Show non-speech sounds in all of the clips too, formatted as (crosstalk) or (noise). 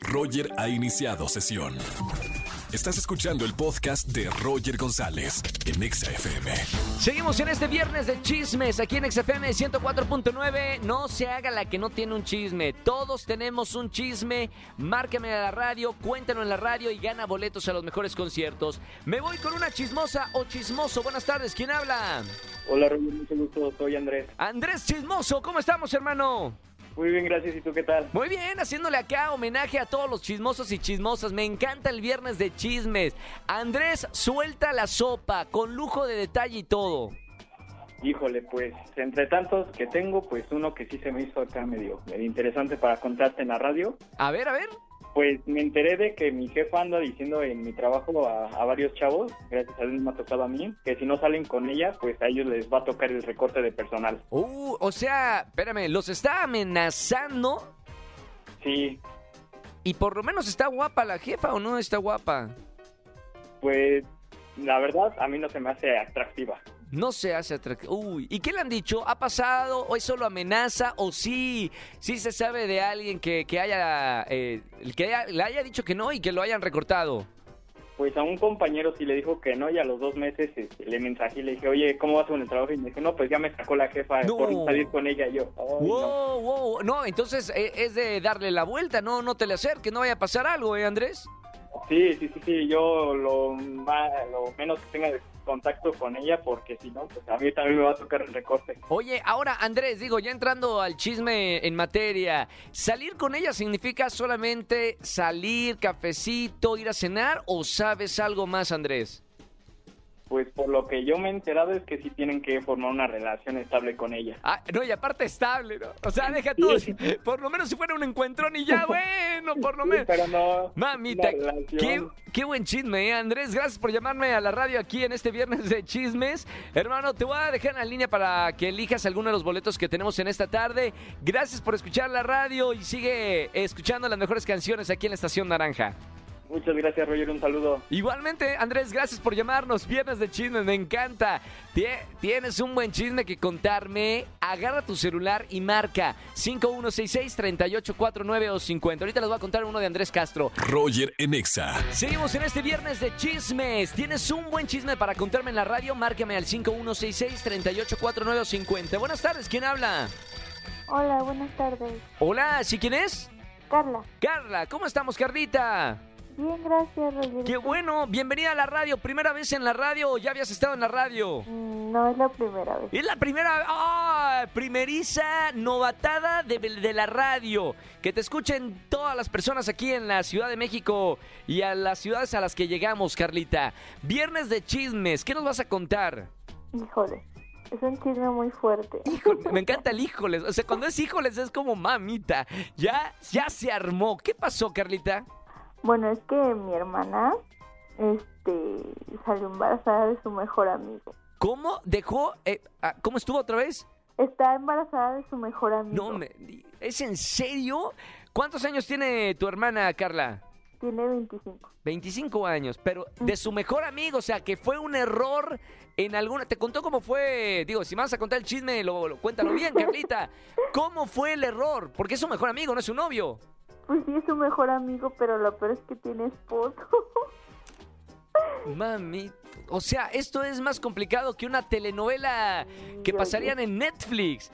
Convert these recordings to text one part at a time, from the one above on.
Roger ha iniciado sesión. Estás escuchando el podcast de Roger González en Exa FM. Seguimos en este viernes de chismes aquí en XFM 104.9. No se haga la que no tiene un chisme. Todos tenemos un chisme. Márcame a la radio, cuéntalo en la radio y gana boletos a los mejores conciertos. Me voy con una chismosa o chismoso. Buenas tardes, ¿quién habla? Hola Rubén, mucho gusto, soy Andrés. Andrés Chismoso, ¿cómo estamos, hermano? Muy bien, gracias. ¿Y tú qué tal? Muy bien, haciéndole acá homenaje a todos los chismosos y chismosas. Me encanta el viernes de chismes. Andrés, suelta la sopa con lujo de detalle y todo. Híjole, pues entre tantos que tengo, pues uno que sí se me hizo acá medio, medio interesante para contarte en la radio. A ver, a ver. Pues me enteré de que mi jefa anda diciendo en mi trabajo a, a varios chavos, gracias a Dios me ha tocado a mí, que si no salen con ella, pues a ellos les va a tocar el recorte de personal. Uh, o sea, espérame, los está amenazando Sí, y por lo menos está guapa la jefa o no está guapa. pues la verdad a mí no se me hace atractiva. No se hace atractivo. Uy, ¿y qué le han dicho? ¿Ha pasado? ¿O es solo amenaza? ¿O sí? ¿Sí se sabe de alguien que, que haya, eh, que haya- le haya dicho que no y que lo hayan recortado? Pues a un compañero sí le dijo que no y a los dos meses este, le mensajé y le dije, oye, ¿cómo vas con el trabajo? Y me dijo, no, pues ya me sacó la jefa No. por no salir con ella. Y yo, "Ay, no". Wow, wow. No, entonces eh, es de darle la vuelta, no, no te le acerques, no vaya a pasar algo, ¿eh, Andrés? Sí, sí, sí, sí, yo lo, ma- lo menos que tenga contacto con ella porque si no, pues a mí también me va a tocar el recorte. Oye, ahora Andrés, digo, ya entrando al chisme en materia, ¿salir con ella significa solamente salir, cafecito, ir a cenar o sabes algo más, Andrés? Pues por lo que yo me he enterado es que sí tienen que formar una relación estable con ella. Ah, no, y aparte estable, ¿no? O sea, deja todo. Por lo menos si fuera un encuentrón y ya, bueno, por lo Sí, menos. pero no. Mamita, una qué, relación. qué buen chisme, ¿eh? Andrés. Gracias por llamarme a la radio aquí en este viernes de chismes. Hermano, te voy a dejar en la línea para que elijas alguno de los boletos que tenemos en esta tarde. Gracias por escuchar la radio y sigue escuchando las mejores canciones aquí en la Estación Naranja. Muchas gracias, Roger. Un saludo. Igualmente, Andrés, gracias por llamarnos. Viernes de chismes, me encanta. Tie- Tienes un buen chisme que contarme. Agarra tu celular y marca 5166-3849 o 50. Ahorita les voy a contar uno de Andrés Castro. Roger en Exa. Seguimos en este viernes de chismes. ¿Tienes un buen chisme para contarme en la radio? Márcame al 5166-3849 o 50. Buenas tardes, ¿quién habla? Hola, buenas tardes. Hola, ¿sí quién es? Carla. Carla, ¿cómo estamos, Carlita? Bien, gracias, Roger. Qué bueno, bienvenida a la radio. ¿Primera vez en la radio o ya habías estado en la radio? Mm, No es la primera vez. Es la primera, ¡ah! primeriza novatada de, de la radio. Que te escuchen todas las personas aquí en la Ciudad de México y a las ciudades a las que llegamos, Carlita. Viernes de chismes, ¿qué nos vas a contar? Híjole, es un chisme muy fuerte. Híjole, (laughs) me encanta el híjoles. O sea, cuando es híjoles es como mamita. Ya, ya se armó. ¿Qué pasó, Carlita? Bueno, es que mi hermana, este, salió embarazada de su mejor amigo. ¿Cómo dejó? eh, ah, ¿Cómo estuvo otra vez? Está embarazada de su mejor amigo. No, me, ¿es en serio? ¿Cuántos años tiene tu hermana, Carla? Tiene 25. 25 años, pero de su mejor amigo, o sea, que fue un error en alguna... Te contó cómo fue, digo, si me vas a contar el chisme, lo, lo- cuéntalo bien, Carlita. ¿Cómo fue el error? Porque es su mejor amigo, no es su novio. Pues sí, es su mejor amigo, pero lo peor es que (laughs) tiene esposo. Mami, o sea, esto es más complicado que una telenovela que pasarían en Netflix.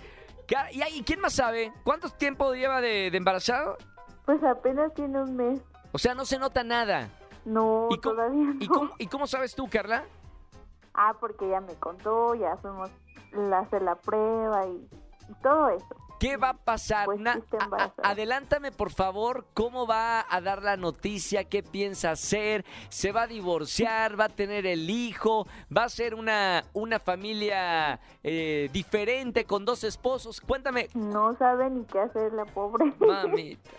Ca- ¿Y ahí, quién más sabe? ¿Cuánto tiempo lleva de, de embarazado? Pues apenas tiene un mes. O sea, no se nota nada. No, ¿Y cómo- todavía no. ¿Y cómo, ¿Y cómo sabes tú, Carla? Ah, porque ella me contó, ya fuimos a hacer la prueba y, y todo eso. ¿Qué va a pasar? Pues sí Na- está a- a- embarazada. adelántame, por favor, cómo va a dar la noticia, qué piensa hacer, se va a divorciar, va a tener el hijo, va a ser una, una familia eh, diferente con dos esposos. Cuéntame, No sabe ni qué hacer la pobre. (laughs) mamita.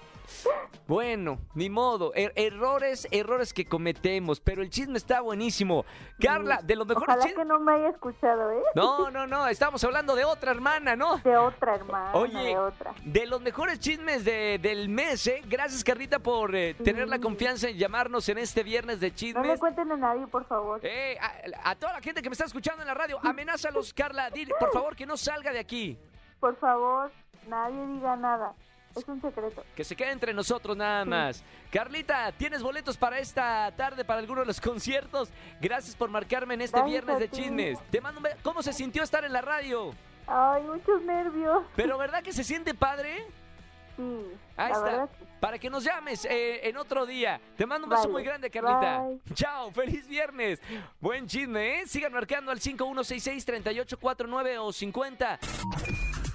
Bueno, ni modo, er- errores, errores que cometemos, pero el chisme está buenísimo. Carla, de los mejores Ojalá chismes... que no me haya escuchado, ¿eh? No, no, no, estamos hablando de otra hermana, ¿no? (laughs) De otra hermana, Oye. de otra. De los mejores chismes de- del mes, ¿eh? Gracias, Carlita, por eh, tener la Sí. confianza en llamarnos en este viernes de No le chismes. cuenten a nadie, por favor. Eh, a, a toda la gente que me está escuchando en la radio, amenázalos, Carla. Dile, por favor, que no salga de aquí. Por favor, nadie diga nada. Es un secreto. Que se quede entre nosotros nada más. Carlita, ¿tienes boletos para esta tarde, para alguno de los (laughs) conciertos? Gracias por marcarme en este Gracias viernes a de ti. chismes. Te mando un be- ¿Cómo se sintió estar en la radio? Ay, muchos nervios. Pero ¿verdad que se siente padre? Sí. Ahí la está. verdad que Para que nos llames eh, en otro día. Te mando un beso Vale. muy grande, Carlita. Bye. Chao, feliz viernes. Buen chisme, ¿eh? Sigan marcando al 5166-3849 o 50.